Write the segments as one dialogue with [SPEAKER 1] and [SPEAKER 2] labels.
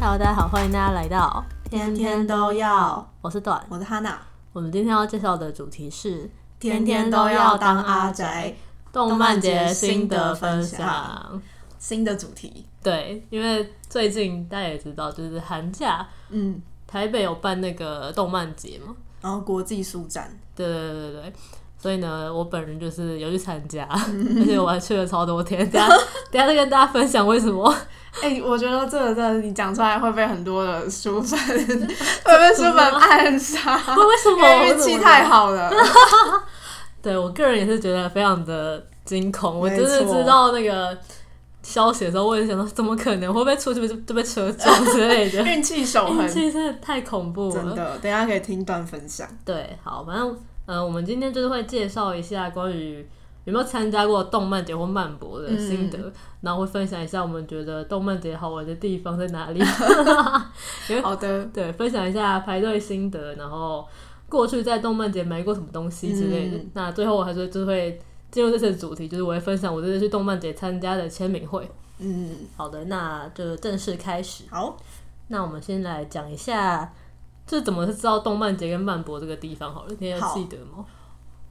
[SPEAKER 1] Hello，大家好，欢迎大家来到，
[SPEAKER 2] 天天都要。
[SPEAKER 1] 我是段。
[SPEAKER 2] 我是哈娜，
[SPEAKER 1] 我们今天要介绍的主题是
[SPEAKER 2] 天天都要当阿宅。
[SPEAKER 1] 动漫节心
[SPEAKER 2] 心
[SPEAKER 1] 得
[SPEAKER 2] 得
[SPEAKER 1] 分
[SPEAKER 2] 分
[SPEAKER 1] 享
[SPEAKER 2] 享。新的主题，
[SPEAKER 1] 对，因为最近大家也知道，就是寒假
[SPEAKER 2] 嗯，
[SPEAKER 1] 台北有办那个动漫节嘛，
[SPEAKER 2] 然后国际书展，
[SPEAKER 1] 对对对对对。所以呢，我本人就是有去参 加，而且我还去了超多天。等一下等一下再跟大家分享为 什么。
[SPEAKER 2] 哎、我觉得这个真的你讲出来会被很多的书粉，会被书粉暗杀，
[SPEAKER 1] 为什
[SPEAKER 2] 因
[SPEAKER 1] 么
[SPEAKER 2] 为运气太好了。
[SPEAKER 1] 对我个人也是觉得非常的惊恐，我
[SPEAKER 2] 没
[SPEAKER 1] 真的
[SPEAKER 2] 错
[SPEAKER 1] 知道那个消息的时候，我也想到怎么可能会被出去就就被车撞之类 的，
[SPEAKER 2] 运气守
[SPEAKER 1] 运
[SPEAKER 2] 恒，
[SPEAKER 1] 气真的太恐怖
[SPEAKER 2] 真
[SPEAKER 1] 了。
[SPEAKER 2] 的，等一下可以听段分 享。
[SPEAKER 1] 对，好，反正呃，我们今天就是会介绍一下关于有没有参加过动漫节或漫博的
[SPEAKER 2] 嗯
[SPEAKER 1] 心得，然后会分享一下我们觉得动漫节好玩的地方在哪里。
[SPEAKER 2] 好的，
[SPEAKER 1] 对，分享一下排队心得，然后过去在动漫节买过什么东西之类的。
[SPEAKER 2] 嗯
[SPEAKER 1] 那最后我还是就会进入这次的主题，就是我会分享我这次去动漫节参加的签名会。
[SPEAKER 2] 嗯，
[SPEAKER 1] 好的，那就正式开始。
[SPEAKER 2] 好，
[SPEAKER 1] 那我们先来讲一下，这怎么是知道动漫节跟漫博这个地方好了？你还有
[SPEAKER 2] 好
[SPEAKER 1] 记得吗？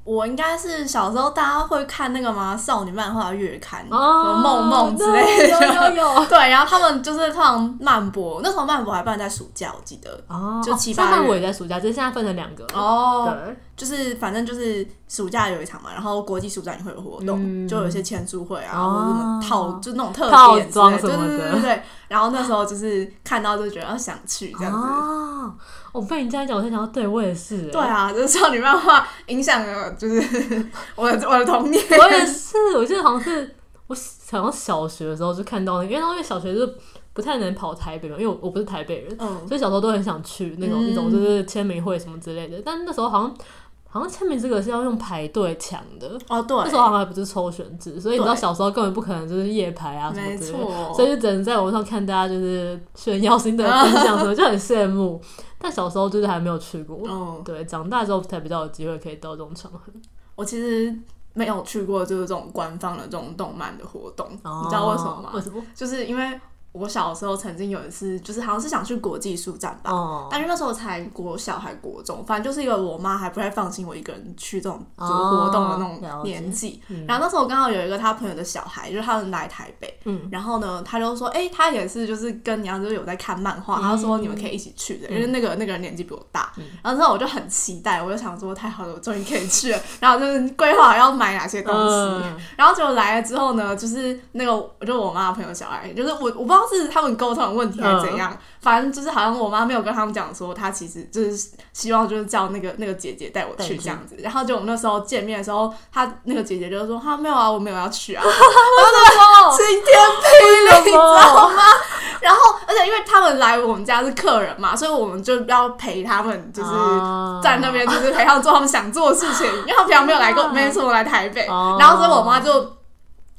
[SPEAKER 2] 我应该是小时候大家会看那个嘛少女漫画月刊，
[SPEAKER 1] 哦
[SPEAKER 2] 什么梦梦之类
[SPEAKER 1] 对
[SPEAKER 2] 的，
[SPEAKER 1] 有有有。
[SPEAKER 2] 对，然后他们就是通常漫博，那时候漫博还办在暑假，我记得。
[SPEAKER 1] 哦，
[SPEAKER 2] 就
[SPEAKER 1] 哦
[SPEAKER 2] 七
[SPEAKER 1] 像
[SPEAKER 2] 八
[SPEAKER 1] 漫
[SPEAKER 2] 月
[SPEAKER 1] 我也在暑假，只是现在分成两个。
[SPEAKER 2] 哦，
[SPEAKER 1] 对，
[SPEAKER 2] 就是反正就是暑假有一场嘛，然后国际暑展也会有活动，
[SPEAKER 1] 嗯
[SPEAKER 2] 就有一些签书会啊，
[SPEAKER 1] 哦
[SPEAKER 2] 或者什么套，就那种特
[SPEAKER 1] 套
[SPEAKER 2] 点之
[SPEAKER 1] 装
[SPEAKER 2] 类
[SPEAKER 1] 什
[SPEAKER 2] 对
[SPEAKER 1] 么
[SPEAKER 2] 对
[SPEAKER 1] 的
[SPEAKER 2] 对对对。然后那时候就是看到就觉得啊想去这样子。
[SPEAKER 1] 哦，我被你这样讲，我才想到，对我也是。
[SPEAKER 2] 对啊，就是少女漫画影响了，就是 我的我的童年。
[SPEAKER 1] 我也是，我记得好像是我好像小学的时候就看到那个，因为因为小学就是不太能跑台北嘛，因为我我不是台北人，
[SPEAKER 2] 嗯，
[SPEAKER 1] 所以小时候都很想去那种
[SPEAKER 2] 嗯
[SPEAKER 1] 那种就是签名会什么之类的。但那时候好像好像签名这个是要用排队抢的，
[SPEAKER 2] 哦对，
[SPEAKER 1] 那时候好像还不是抽选制，所以你知道
[SPEAKER 2] 对
[SPEAKER 1] 小时候根本不可能就是夜排啊什么
[SPEAKER 2] 没
[SPEAKER 1] 之类的。
[SPEAKER 2] 错，
[SPEAKER 1] 所以就只能在网络上看大家就是炫耀心得 分享什么，就很羡慕。但小时候就是还没有去过，
[SPEAKER 2] 嗯，
[SPEAKER 1] 对，长大之后才比较有机会可以到这种场合。
[SPEAKER 2] 我其实没有去过就是这种官方的这种动漫的活动，你知道为什么吗？
[SPEAKER 1] 哦为什么？
[SPEAKER 2] 就是因为我小时候曾经有一次，就是好像是想去国际书展吧，
[SPEAKER 1] 哦，
[SPEAKER 2] 但是那时候才国小还国中，反正就是因为我妈还不太放心我一个人去这种就是活动的那
[SPEAKER 1] 哦了
[SPEAKER 2] 种
[SPEAKER 1] 解
[SPEAKER 2] 年纪。
[SPEAKER 1] 嗯
[SPEAKER 2] 然后那时候我刚好有一个她朋友的小孩，就是他们来台北，
[SPEAKER 1] 嗯
[SPEAKER 2] 然后呢，他就说，哎、他也是就是跟你一样，就是有在看漫画，
[SPEAKER 1] 嗯
[SPEAKER 2] 他就说你们可以一起去的，因为那个那个人年纪比我大。
[SPEAKER 1] 嗯
[SPEAKER 2] 然后之后我就很期待，我就想说太好了，我终于可以去了。然后就是规划要买哪些东西，
[SPEAKER 1] 嗯
[SPEAKER 2] 然后结果来了之后呢，就是那个，我就我妈的朋友小孩，就是我我不知道是他们沟通的问题还是怎样，反正就是好像我妈没有跟他们讲说，她其实就是希望就是叫那个那个姐姐带我
[SPEAKER 1] 带你
[SPEAKER 2] 去
[SPEAKER 1] 去
[SPEAKER 2] 这样子。然后就我们那时候见面的时候，她那个姐姐就说：“哈、没有啊，我没有要 去啊。”我
[SPEAKER 1] 哦
[SPEAKER 2] 就说：“晴天霹雳，你知 道吗？”然后而且因为他们来我们家是客人嘛，所以我们就要陪他们，就是。
[SPEAKER 1] 哦
[SPEAKER 2] 在那边就是陪他们做他们想做的事情，因为他平常没有来过，
[SPEAKER 1] 啊
[SPEAKER 2] 没什么来台北，
[SPEAKER 1] 哦
[SPEAKER 2] 然后所以我妈就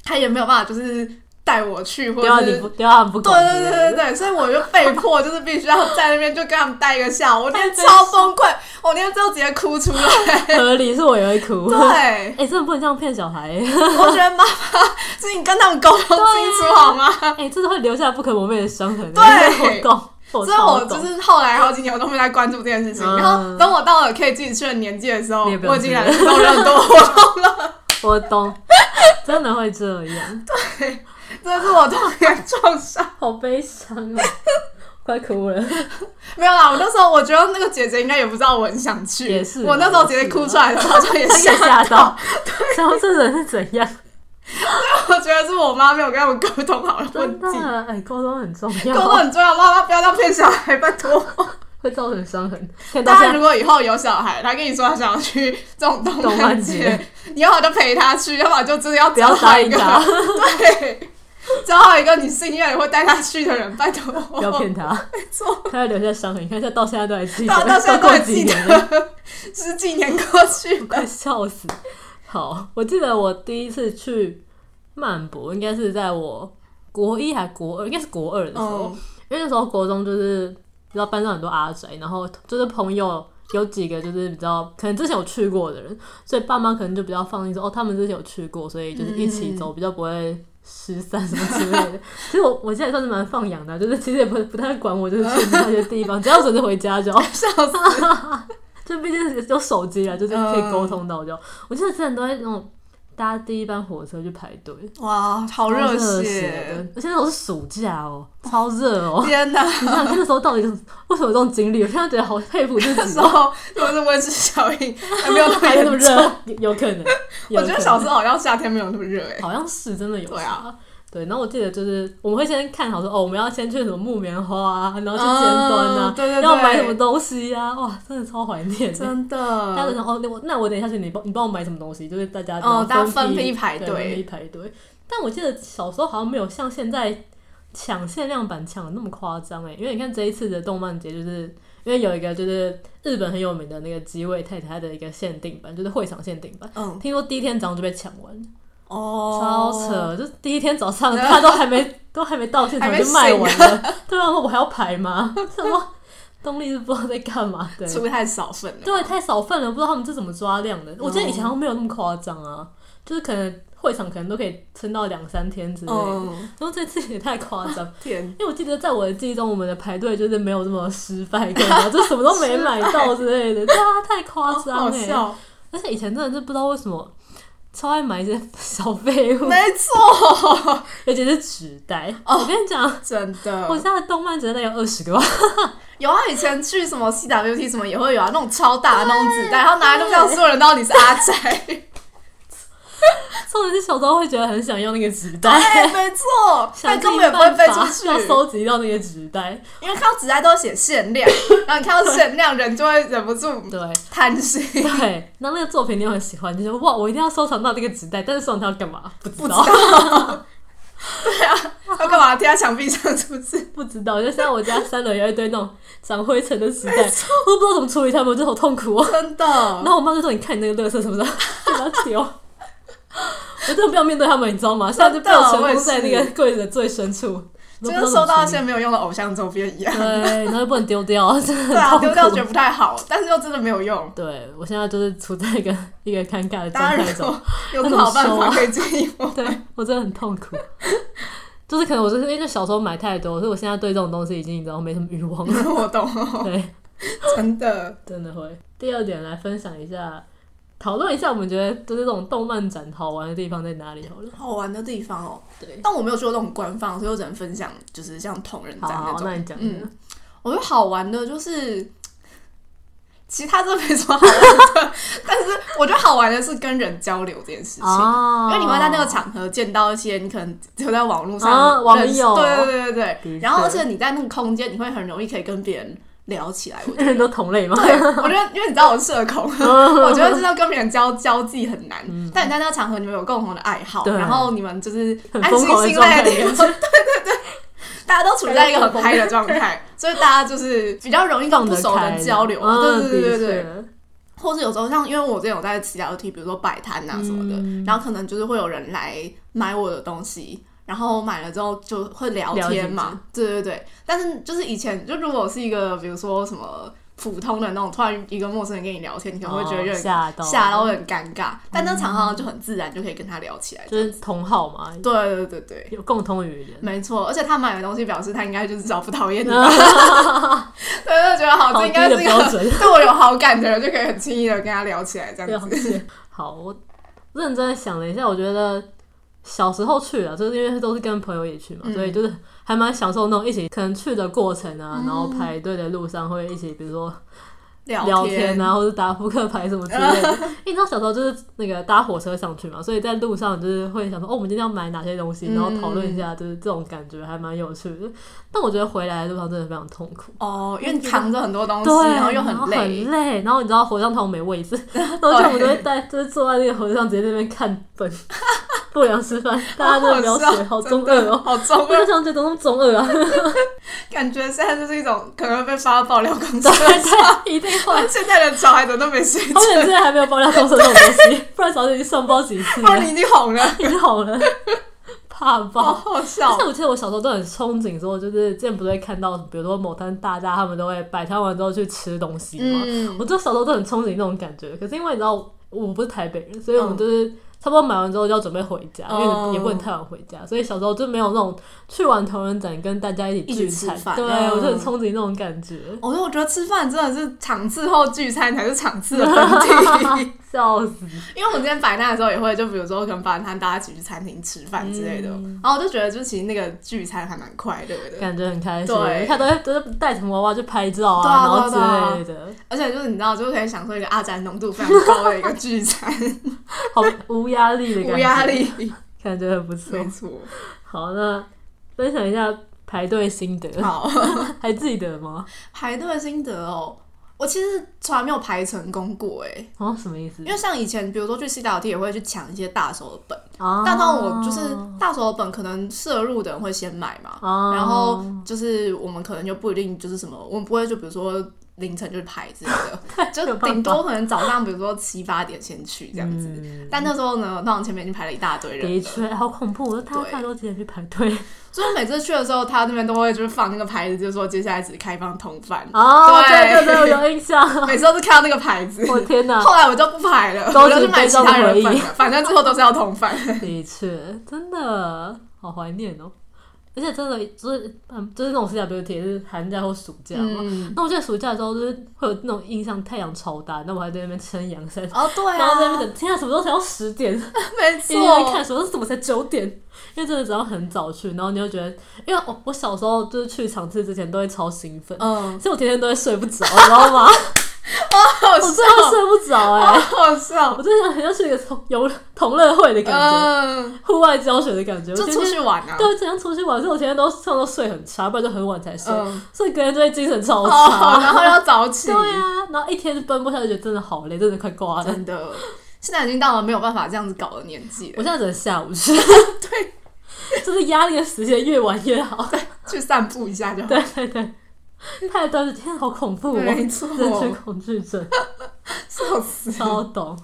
[SPEAKER 2] 她也没有办法就是带我去，或
[SPEAKER 1] 丢到
[SPEAKER 2] 者
[SPEAKER 1] 你
[SPEAKER 2] 是
[SPEAKER 1] 不。丢到你不
[SPEAKER 2] 对
[SPEAKER 1] 管之类
[SPEAKER 2] 对
[SPEAKER 1] 的，
[SPEAKER 2] 对对对，所以我就被迫就是必须要在那边就跟他们待一个下午，我那天超崩 溃，我那天之后直接哭出来。
[SPEAKER 1] 合理是我也会哭。
[SPEAKER 2] 对，
[SPEAKER 1] 哎，真的不能这样骗小孩，
[SPEAKER 2] 我觉得妈妈，就是你跟他们沟通清楚好吗？
[SPEAKER 1] 哎，真的会留下不可磨灭的伤痕。
[SPEAKER 2] 啊
[SPEAKER 1] 哎我
[SPEAKER 2] 对
[SPEAKER 1] 懂，我
[SPEAKER 2] 所以我
[SPEAKER 1] 超懂
[SPEAKER 2] 就是后来好几年我都没在关注这件事情，
[SPEAKER 1] 嗯
[SPEAKER 2] 然后等我到了可以自己去的年纪的时候，
[SPEAKER 1] 你也不用
[SPEAKER 2] 我已经
[SPEAKER 1] 去了
[SPEAKER 2] 来了很多 活动了，
[SPEAKER 1] 我懂，真的会这样，
[SPEAKER 2] 这是我童年创伤。
[SPEAKER 1] 好悲伤 哦，快哭了。
[SPEAKER 2] 没有啦，我那时候我觉得那个姐姐应该也不知道我很想去，
[SPEAKER 1] 也是啊
[SPEAKER 2] 我那时候直接哭出来了，好像也
[SPEAKER 1] 他
[SPEAKER 2] 吓
[SPEAKER 1] 也 吓到，然后这人是怎样？
[SPEAKER 2] 我觉得是我妈没有跟我们沟通好的问
[SPEAKER 1] 真
[SPEAKER 2] 题，
[SPEAKER 1] 的，哎，沟通很重
[SPEAKER 2] 沟通
[SPEAKER 1] 要，
[SPEAKER 2] 很重要，妈妈不要这样骗小孩，拜 托。
[SPEAKER 1] 会造成伤痕。现在
[SPEAKER 2] 大家
[SPEAKER 1] 现
[SPEAKER 2] 如果以后有小孩，他跟你说他想要去这种动
[SPEAKER 1] 动漫
[SPEAKER 2] 漫
[SPEAKER 1] 节
[SPEAKER 2] 节，你要么就陪他去，要么就真的要
[SPEAKER 1] 不要
[SPEAKER 2] 找好一个，
[SPEAKER 1] 答
[SPEAKER 2] 对，找好一个你信任会带他去的人，拜托。
[SPEAKER 1] 不要骗他，
[SPEAKER 2] 没错，
[SPEAKER 1] 他会留下伤痕。你看，现在到现在都还记得，
[SPEAKER 2] 到到现在都还
[SPEAKER 1] 过几
[SPEAKER 2] 记
[SPEAKER 1] 年了
[SPEAKER 2] 得，十几年过去了，
[SPEAKER 1] 快笑死！好，我记得我第一次去曼博，应该是在我国一还国二，应该是国二的时候，
[SPEAKER 2] 嗯
[SPEAKER 1] 因为那时候国中就是你知道班上很多阿宅，然后就是朋友有几个就是比较可能之前有去过的人，所以爸妈可能就比较放心说哦，他们之前有去过，所以就是一起走，比较不会十三什么之类的。其实我我现在算是蛮放养的啊，就是其实也不不太管我，就是去那些地方，只要准时回家就好。
[SPEAKER 2] 笑死！
[SPEAKER 1] 就毕竟有手机啊，就是可以
[SPEAKER 2] 嗯
[SPEAKER 1] 沟通到就好。我记得之前都会那种搭第一班火车去排队，
[SPEAKER 2] 哇，好
[SPEAKER 1] 超
[SPEAKER 2] 热
[SPEAKER 1] 热
[SPEAKER 2] 血！
[SPEAKER 1] 的，而且那时候是暑假哦，超热哦。
[SPEAKER 2] 天哪！
[SPEAKER 1] 你想看那时候到底是为什么有这种经历？我现在觉得好佩服自
[SPEAKER 2] 那 时
[SPEAKER 1] 己，
[SPEAKER 2] 候我是温室效应，还没有那么
[SPEAKER 1] 还有那么
[SPEAKER 2] 严重。
[SPEAKER 1] 热， 有可能。有
[SPEAKER 2] 我
[SPEAKER 1] 可能
[SPEAKER 2] 觉得小时候好像夏天没有那么热哎、
[SPEAKER 1] 好像是真的有
[SPEAKER 2] 对啊
[SPEAKER 1] 差。对，然后我记得就是我们会先看好说哦，我们要先去什么木棉花啊，然后去尖端啊，
[SPEAKER 2] 嗯对对对
[SPEAKER 1] 要买什么东西啊，哇，真的超怀念的。
[SPEAKER 2] 真
[SPEAKER 1] 大家都
[SPEAKER 2] 的。
[SPEAKER 1] 想哦，那我那我等一下去你帮你帮我买什么东西，就是大家
[SPEAKER 2] 哦
[SPEAKER 1] 然后
[SPEAKER 2] 大家分
[SPEAKER 1] 批
[SPEAKER 2] 批排队
[SPEAKER 1] 对分批排队。但我记得小时候好像没有像现在抢限量版抢的那么夸张哎，因为你看这一次的动漫节，就是因为有一个就是日本很有名的那个吉尾太太的一个限定版，就是会场限定版，
[SPEAKER 2] 嗯，
[SPEAKER 1] 听说第一天早上就被抢完了。超
[SPEAKER 2] 哦，
[SPEAKER 1] 扯！就第一天早上，他都还没 都还没到现场
[SPEAKER 2] 还没
[SPEAKER 1] 就卖完 了，对啊，我还要排吗？ 什么东力是不知道在干嘛的？
[SPEAKER 2] 出太少份了。
[SPEAKER 1] 对，太少份了，不知道他们是怎么抓量的。我记
[SPEAKER 2] 哦
[SPEAKER 1] 得以前好像没有那么夸张啊，就是可能会场可能都可以撑到两三天之类的。
[SPEAKER 2] 嗯，
[SPEAKER 1] 然后这次也太夸张，
[SPEAKER 2] 天，
[SPEAKER 1] 因为我记得在我的记忆中，我们的排队就是没有这么失败过啊，就什么都没 买到之类的，对啊，太夸
[SPEAKER 2] 好
[SPEAKER 1] 张
[SPEAKER 2] 好
[SPEAKER 1] 哎、
[SPEAKER 2] 笑，
[SPEAKER 1] 而且以前真的是不知道为什么超爱买一些 小废物，
[SPEAKER 2] 没哦错，
[SPEAKER 1] 尤其是纸袋。我跟你讲，
[SPEAKER 2] 真
[SPEAKER 1] 我
[SPEAKER 2] 的
[SPEAKER 1] 现在的动漫纸袋有二十个吧，
[SPEAKER 2] 有啊！以前去什么 CWT 什么也会有啊，那种超大的那种纸袋，然后拿来都让所有人都知道你是 阿宅。
[SPEAKER 1] 重点是小时候会觉得很想要那个纸袋，
[SPEAKER 2] 哎，没 错，
[SPEAKER 1] 想
[SPEAKER 2] 但
[SPEAKER 1] 尽
[SPEAKER 2] 根本也不会飞
[SPEAKER 1] 办法
[SPEAKER 2] 出去，
[SPEAKER 1] 要收集到那个纸袋。
[SPEAKER 2] 因为看到纸袋都会写限量，然后你看到限量，人就会忍不住
[SPEAKER 1] 对
[SPEAKER 2] 贪心。
[SPEAKER 1] 对，那那个作品你又很喜欢，你就说哇，我一定要收藏到这个纸袋，但是收藏它要干嘛？不知
[SPEAKER 2] 不知
[SPEAKER 1] 道
[SPEAKER 2] 道，。 对啊，要干嘛贴在墙壁上是不是？
[SPEAKER 1] 不知道。就像我家三楼有一堆那种长灰尘的纸袋，我都不知道怎么处理它们，我就好痛苦哦。
[SPEAKER 2] 真
[SPEAKER 1] 然
[SPEAKER 2] 的，
[SPEAKER 1] 后我妈就说：“你看你那个垃圾 什么的，就把它丢。”我真的不要面对他们，你知道吗？现在就被我尘
[SPEAKER 2] 我也
[SPEAKER 1] 封在那个
[SPEAKER 2] 是
[SPEAKER 1] 柜子的最深处， 我都不
[SPEAKER 2] 就跟
[SPEAKER 1] 知道
[SPEAKER 2] 收
[SPEAKER 1] 怎么
[SPEAKER 2] 到
[SPEAKER 1] 处
[SPEAKER 2] 一
[SPEAKER 1] 理
[SPEAKER 2] 些没有用的偶像周边一样。
[SPEAKER 1] 对，然后又不能丢掉，真的很
[SPEAKER 2] 对啊，
[SPEAKER 1] 痛苦
[SPEAKER 2] 丢掉觉得不太好，但是又真的没有用。
[SPEAKER 1] 对我现在就是处在一个一个尴尬的状
[SPEAKER 2] 大家
[SPEAKER 1] 态
[SPEAKER 2] 如
[SPEAKER 1] 中，
[SPEAKER 2] 果有什么好办法可以建议 我？
[SPEAKER 1] 对我真的很痛苦。 就是可能我就是因为就小时候买太多，所以我现在对这种东西已经你知道没什么欲望了。
[SPEAKER 2] 我懂，
[SPEAKER 1] 对，
[SPEAKER 2] 真的。
[SPEAKER 1] 真的会。第二点来分享一下，讨论一下我们觉得就是这种动漫展好玩的地方在哪里好了。
[SPEAKER 2] 好玩的地方哦，
[SPEAKER 1] 对，
[SPEAKER 2] 但我没有去过这种官方，所以我只能分享，就是像同人
[SPEAKER 1] 好
[SPEAKER 2] 展那
[SPEAKER 1] 好，
[SPEAKER 2] 种。
[SPEAKER 1] 那你讲。
[SPEAKER 2] 嗯我觉得好玩的就是，其他真的没什么好玩的， 但是我觉得好玩的是跟人交流这件事情。
[SPEAKER 1] 哦，
[SPEAKER 2] 因为你会在那个场合见到一些你可能只有在网络上
[SPEAKER 1] 啊网
[SPEAKER 2] 认识
[SPEAKER 1] 友
[SPEAKER 2] 对对对
[SPEAKER 1] 的
[SPEAKER 2] 对
[SPEAKER 1] 确
[SPEAKER 2] 对。然后而且你在那个空间，你会很容易可以跟别人聊起来。我觉 得，
[SPEAKER 1] 人都同类嘛，
[SPEAKER 2] 对，我觉得因为你知道我是 社恐，我觉得知道跟别人交交际很难。但你在那个场合，你们有共同的爱好，
[SPEAKER 1] 嗯对
[SPEAKER 2] 然后你们就是
[SPEAKER 1] 很
[SPEAKER 2] 安
[SPEAKER 1] 疯
[SPEAKER 2] 心
[SPEAKER 1] 狂的
[SPEAKER 2] 心
[SPEAKER 1] 状
[SPEAKER 2] 累
[SPEAKER 1] 态
[SPEAKER 2] 的地方，对对对。大家都处在一个很嗨的状态，所以大家就是比较容易跟
[SPEAKER 1] 放
[SPEAKER 2] 不
[SPEAKER 1] 得
[SPEAKER 2] 熟的
[SPEAKER 1] 开
[SPEAKER 2] 人交流。
[SPEAKER 1] 嗯
[SPEAKER 2] 对对对
[SPEAKER 1] 的
[SPEAKER 2] 对对
[SPEAKER 1] 确，
[SPEAKER 2] 或者有时候像因为我之前有在 CLT，比如说摆摊啊什么的，
[SPEAKER 1] 嗯
[SPEAKER 2] 然后可能就是会有人来买我的东西，然后买了之后就会聊天嘛，对对对。但是就是以前就如果是一个比如说什么普通的那种，突然一个陌生人跟你聊天，你可能会觉得有
[SPEAKER 1] 哦
[SPEAKER 2] 点
[SPEAKER 1] 吓到，嗯
[SPEAKER 2] 吓到，有点尴尬，但那场上就很自然就可以跟他聊起来。
[SPEAKER 1] 就是同好嘛，
[SPEAKER 2] 对对对对。
[SPEAKER 1] 有共同语言。
[SPEAKER 2] 没错，而且他买的东西表示他应该就是找不讨厌你吧， 对，就觉得好，
[SPEAKER 1] 好
[SPEAKER 2] 哦这
[SPEAKER 1] 低
[SPEAKER 2] 应该
[SPEAKER 1] 的
[SPEAKER 2] 是一
[SPEAKER 1] 标
[SPEAKER 2] 个
[SPEAKER 1] 准，
[SPEAKER 2] 对我有好感的人，就可以很轻易的跟他聊起来，这样子。
[SPEAKER 1] 了解。 好，我认真地想了一下，我觉得小时候去了，就是因为都是跟朋友一起去嘛，
[SPEAKER 2] 嗯
[SPEAKER 1] 所以就是还蛮享受那种一起可能去的过程啊，
[SPEAKER 2] 嗯
[SPEAKER 1] 然后排队的路上会一起，比如说
[SPEAKER 2] 聊
[SPEAKER 1] 聊天啊，或者打扑克牌什么之类 的。因为你知道小时候就是那个搭火车上去嘛，所以在路上就是会想说，哦，我们今天要买哪些东
[SPEAKER 2] 嗯
[SPEAKER 1] 西，然后讨论一下，就是这种感觉还蛮有趣的。但我觉得回来的路上真的非常痛苦。
[SPEAKER 2] 哦，因为你扛着很多东西，
[SPEAKER 1] 对，
[SPEAKER 2] 然后又
[SPEAKER 1] 然后
[SPEAKER 2] 很
[SPEAKER 1] 累，
[SPEAKER 2] 累，
[SPEAKER 1] 然后你知道火葬头没位 置，然后就我们都会带，就是坐在那个火车上直接在那边看 本不良示范，大家真的不要学，好中
[SPEAKER 2] 真
[SPEAKER 1] 二
[SPEAKER 2] 的
[SPEAKER 1] 哦。
[SPEAKER 2] 好中
[SPEAKER 1] 我就
[SPEAKER 2] 二，
[SPEAKER 1] 想觉得那么中二 啊，
[SPEAKER 2] 感觉现在就是一种可能会被发到爆料公司。
[SPEAKER 1] 对对，一定会。
[SPEAKER 2] 现在的小孩怎么都没水
[SPEAKER 1] 好险
[SPEAKER 2] 准？
[SPEAKER 1] 现在还没有爆料公司这种东 西，不然早就已经上报几次
[SPEAKER 2] 不
[SPEAKER 1] 了
[SPEAKER 2] 然，你已经红了，
[SPEAKER 1] 已经好了，怕
[SPEAKER 2] 好
[SPEAKER 1] 爆。
[SPEAKER 2] 好
[SPEAKER 1] 但
[SPEAKER 2] 笑
[SPEAKER 1] 是。我记得我小时候都很憧憬，说就是之前不是会看到，比如说某摊大家他们都会摆摊完之后去吃东西嘛，
[SPEAKER 2] 嗯，
[SPEAKER 1] 我就小时候都很憧憬那种感觉，可是因为你知道我不是台北人，所以我们
[SPEAKER 2] 嗯
[SPEAKER 1] 就是、差不多买完之后就要准备回家，因
[SPEAKER 2] 哦
[SPEAKER 1] 为也不能太晚回家，所以小时候就没有那种去玩同人展跟大家一起聚餐
[SPEAKER 2] 一起吃，饭
[SPEAKER 1] 对
[SPEAKER 2] 嗯
[SPEAKER 1] 我就很憧憬那种感觉，
[SPEAKER 2] 我哦说，我觉得吃饭真的是场次后聚餐才是场次 的本体。
[SPEAKER 1] 笑死！
[SPEAKER 2] 因为我们之前摆烂的时候也会，就比如说可能摆摊，大家一起去餐厅吃饭之类的。
[SPEAKER 1] 嗯
[SPEAKER 2] 然后我就觉得，就其实那个聚餐还蛮快乐的。
[SPEAKER 1] 感觉很开心，
[SPEAKER 2] 对
[SPEAKER 1] 他都会都是带什么娃娃去拍照
[SPEAKER 2] 对啊
[SPEAKER 1] 然后
[SPEAKER 2] 对啊
[SPEAKER 1] 之类的，
[SPEAKER 2] 而且就是你知道，就可以享受一个阿宅浓度非常高的一个聚 餐，
[SPEAKER 1] 好无压力的感觉，
[SPEAKER 2] 无压，力，
[SPEAKER 1] 感觉很不错。
[SPEAKER 2] 没错。
[SPEAKER 1] 好，那分享一下排队心得，
[SPEAKER 2] 好，
[SPEAKER 1] 还记得吗？
[SPEAKER 2] 排队心得哦，我其实从来没有排成功过哎，
[SPEAKER 1] 哦，什么意思
[SPEAKER 2] 因？为像以前，比如说去西岛 T 也会去抢一些大手的本，
[SPEAKER 1] 啊，
[SPEAKER 2] 但到我就是大手的本，可能摄入的人会先买嘛，
[SPEAKER 1] 啊，
[SPEAKER 2] 然后就是我们可能就不一定就是什么，我们不会就比如说凌晨就去排之类 的，就顶多可能早上比如说七八点先去这样子。
[SPEAKER 1] 嗯
[SPEAKER 2] 但那时候呢，那我前面已经排了一大堆人
[SPEAKER 1] 的
[SPEAKER 2] 了，
[SPEAKER 1] 确好恐怖，我大家都几点去排队
[SPEAKER 2] 所以我每次去的时候，他那边都会就是放那个牌子，就是说接下来只开放通贩，
[SPEAKER 1] 哦，
[SPEAKER 2] 对
[SPEAKER 1] 对对对，我有印象，
[SPEAKER 2] 每次都是看到那个牌子。
[SPEAKER 1] 我天 哪，
[SPEAKER 2] 后来我就不排了，
[SPEAKER 1] 都
[SPEAKER 2] 我
[SPEAKER 1] 是
[SPEAKER 2] 就去买
[SPEAKER 1] 悲
[SPEAKER 2] 其
[SPEAKER 1] 伤的
[SPEAKER 2] 他人
[SPEAKER 1] 回忆嗯
[SPEAKER 2] 份了，反正最后都是要同饭。
[SPEAKER 1] 的确，真的好怀念哦。而且真的就是，嗯，就是那种 CWT 也是寒假或暑假嘛。
[SPEAKER 2] 嗯，
[SPEAKER 1] 那我记得暑假的时候，就是会有那种印象，太阳超大，那我还在那边撑阳伞，
[SPEAKER 2] 哦对
[SPEAKER 1] 然后在那
[SPEAKER 2] 啊
[SPEAKER 1] 边，等，天啊，什么时候才到十点？
[SPEAKER 2] 没
[SPEAKER 1] 一直在
[SPEAKER 2] 错，
[SPEAKER 1] 看说怎么才九点，因为真的只要很早去，然后你就觉得，因为我我小时候就是去场次之前都会超兴奋，
[SPEAKER 2] 嗯，
[SPEAKER 1] 所以我天天都会睡不着，你知道吗？
[SPEAKER 2] 好
[SPEAKER 1] 我
[SPEAKER 2] 笑
[SPEAKER 1] 哦真，的睡不着哎、
[SPEAKER 2] 好笑，
[SPEAKER 1] 我真的很像是一个同游同乐会的感觉，
[SPEAKER 2] 嗯，
[SPEAKER 1] 户外教学的感觉，我
[SPEAKER 2] 就
[SPEAKER 1] 天
[SPEAKER 2] 出
[SPEAKER 1] 天
[SPEAKER 2] 去玩啊，
[SPEAKER 1] 对，经常出去玩，所以我天天都上都睡很差，不然就很晚才睡，
[SPEAKER 2] 嗯，
[SPEAKER 1] 所以隔天就会精神超
[SPEAKER 2] 哦，
[SPEAKER 1] 差。
[SPEAKER 2] 然后要早起
[SPEAKER 1] 对，啊，然后一天奔波下去，觉得真的好累，真的快挂了。
[SPEAKER 2] 真的，现在已经到了没有办法这样子搞的年纪
[SPEAKER 1] 我
[SPEAKER 2] 了，
[SPEAKER 1] 现在只能下午睡， 对，就是压力的时间越晚越好。
[SPEAKER 2] 去散步一下就好。
[SPEAKER 1] 对对对，太端着，天啊，好恐怖哦！
[SPEAKER 2] 没错，
[SPEAKER 1] 人群恐惧症，
[SPEAKER 2] 笑死！
[SPEAKER 1] 超懂。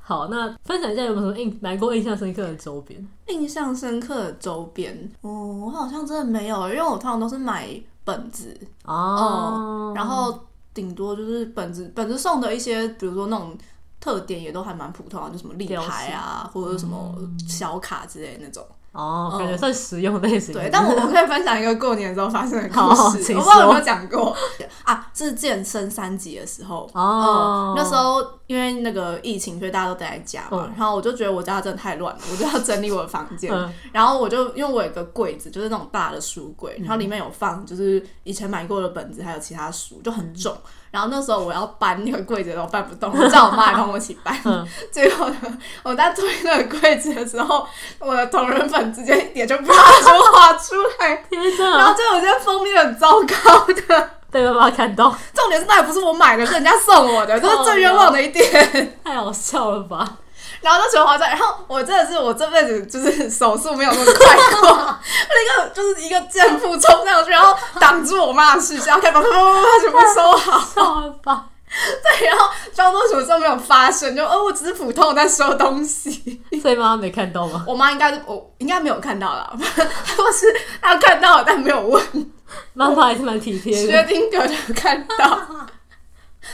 [SPEAKER 1] 好，那分享一下有没有什么印难过、印象深刻的周边？
[SPEAKER 2] 印象深刻的周边，嗯，我好像真的没有，因为我通常都是买本子，
[SPEAKER 1] 哦
[SPEAKER 2] 然后顶多就是本子本子送的一些，比如说那种特点也都还蛮普通的，就什么立牌啊，或者什么
[SPEAKER 1] 嗯
[SPEAKER 2] 小卡之类的那种。
[SPEAKER 1] 哦，
[SPEAKER 2] 嗯
[SPEAKER 1] 感觉算实用类型的。
[SPEAKER 2] 对，但我我可以分享一个过年的时候发生的 故
[SPEAKER 1] 好
[SPEAKER 2] 事，
[SPEAKER 1] 请
[SPEAKER 2] 我不知道有没
[SPEAKER 1] 说
[SPEAKER 2] 有 讲过啊，是健身三级的时候。
[SPEAKER 1] 哦
[SPEAKER 2] 嗯，，那时候因为那个疫情，所以大家都待在家嘛。
[SPEAKER 1] 嗯
[SPEAKER 2] 然后我就觉得我家真的太乱了，我就要整理我的房间。
[SPEAKER 1] 嗯
[SPEAKER 2] 然后我就因为我有一个柜子，就是那种大的书柜，然后里面有放就是以前买过的本子，还有其他书，就很重。然后那时候我要搬那个柜子都搬不动，我叫我妈来帮我一起搬。
[SPEAKER 1] 嗯
[SPEAKER 2] 最后呢，我在推那个柜子的时候，我的同人本直接一点就啪就滑出来，
[SPEAKER 1] 天
[SPEAKER 2] 然后
[SPEAKER 1] 哪，
[SPEAKER 2] 就有些封面很糟糕的。
[SPEAKER 1] 被爸妈看到，
[SPEAKER 2] 重点是那也不是我买的，是人家送我的，这是最冤枉的一点。太
[SPEAKER 1] 太好笑了吧？
[SPEAKER 2] 然后就全滑出来，然后我真的是我这辈子就是手速没有那么快 过，那个就是一个箭步冲上去，然后挡住我妈的视线，然后开始把啪啪啪啪全部收好，
[SPEAKER 1] 笑了吧？
[SPEAKER 2] 对，然后装作什么都没有发生，就哦我只是普通在收东西。
[SPEAKER 1] 所以妈妈没看到吗？
[SPEAKER 2] 我妈应该是我应该没有看到啦，或是她看到了但没有问，
[SPEAKER 1] 妈妈还是蛮体贴
[SPEAKER 2] 薛
[SPEAKER 1] 的，
[SPEAKER 2] 定谔就看到。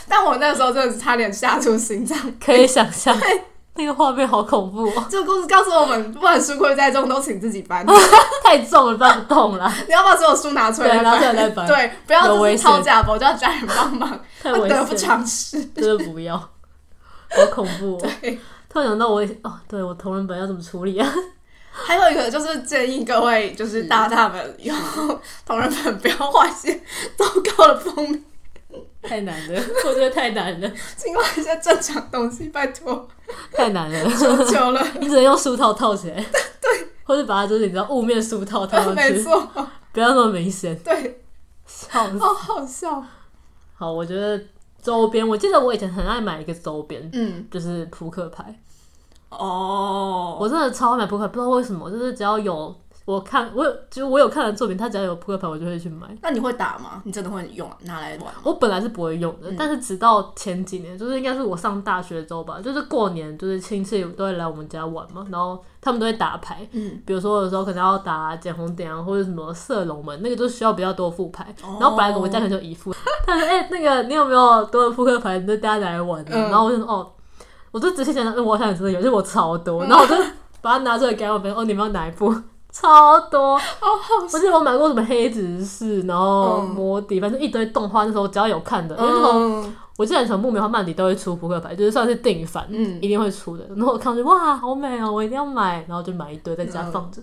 [SPEAKER 2] 但我那时候真的是差点吓出心脏。
[SPEAKER 1] 可以想象那个画面好恐怖哦，
[SPEAKER 2] 这个故事告诉我们，不管书柜再重，都请自己搬。
[SPEAKER 1] 太重了，搬不动 了，
[SPEAKER 2] 你要把所有书拿出来
[SPEAKER 1] 对，
[SPEAKER 2] 再
[SPEAKER 1] 拿出
[SPEAKER 2] 搬，
[SPEAKER 1] 来再搬，
[SPEAKER 2] 对，不要
[SPEAKER 1] 有
[SPEAKER 2] 就
[SPEAKER 1] 危
[SPEAKER 2] 是
[SPEAKER 1] 险
[SPEAKER 2] 掏假包，就要家人帮忙，
[SPEAKER 1] 太
[SPEAKER 2] 会
[SPEAKER 1] 危
[SPEAKER 2] 得不
[SPEAKER 1] 险了。
[SPEAKER 2] 偿失。
[SPEAKER 1] 真的不要，好恐怖、 哦！
[SPEAKER 2] 对，
[SPEAKER 1] 突然想到我也哦，对我同人本要怎么处理啊？
[SPEAKER 2] 还有一个就是建议各位，就是大大们 以后同人本不要画一些糟糕的封面，
[SPEAKER 1] 太难了，我觉得太难了，
[SPEAKER 2] 请画一些正常东西，拜托，
[SPEAKER 1] 太难了，
[SPEAKER 2] 求 求了。
[SPEAKER 1] 你只能用书套套起来， 对，或者把它就是你知道 雾面书套套上
[SPEAKER 2] 没
[SPEAKER 1] 去，
[SPEAKER 2] 错，
[SPEAKER 1] 不要那么明显，
[SPEAKER 2] 对，
[SPEAKER 1] 笑死。
[SPEAKER 2] 好好笑。
[SPEAKER 1] 好，我觉得周边，我记得我以前很爱买一个周边。
[SPEAKER 2] 嗯，
[SPEAKER 1] 就是扑克牌，
[SPEAKER 2] 哦，
[SPEAKER 1] 我真的超爱买扑克牌，不知道为什么，就是只要有我看，我有就是我有看的作品，它只要有扑克牌，我就会去买。
[SPEAKER 2] 那你会打吗？你真的会用拿来玩吗？
[SPEAKER 1] 我本来是不会用的，但是直到前几年，就是应该是我上大学之后吧，就是过年就是亲戚都会来我们家玩嘛，然后他们都会打牌，
[SPEAKER 2] 嗯，
[SPEAKER 1] 比如说有时候可能要打捡红点啊，或者什么射龙门，那个就需要比较多副牌，
[SPEAKER 2] 哦
[SPEAKER 1] 然后本来我们家可能 就一副，他说哎、那个你有没有多的扑克牌，你就大家拿来玩、啊
[SPEAKER 2] 嗯
[SPEAKER 1] 然后我就说哦。我就仔细想想，嗯我好像也真的有，就是我超多，
[SPEAKER 2] 嗯
[SPEAKER 1] 然后我就把它拿出来给我朋友，哦，你们要哪一部？ 超多，
[SPEAKER 2] 哦，好
[SPEAKER 1] 我记得我买过什么黑执事，然后
[SPEAKER 2] 嗯
[SPEAKER 1] 摸底，反正一堆动画，那时候只要有看的，因为那时候
[SPEAKER 2] 嗯，
[SPEAKER 1] 我记得全部梅花曼迪都会出扑克牌，就是算是定番，
[SPEAKER 2] 嗯
[SPEAKER 1] 一定会出的。然后我看就哇，好美哦，我一定要买，然后就买一堆在家
[SPEAKER 2] 嗯
[SPEAKER 1] 放着。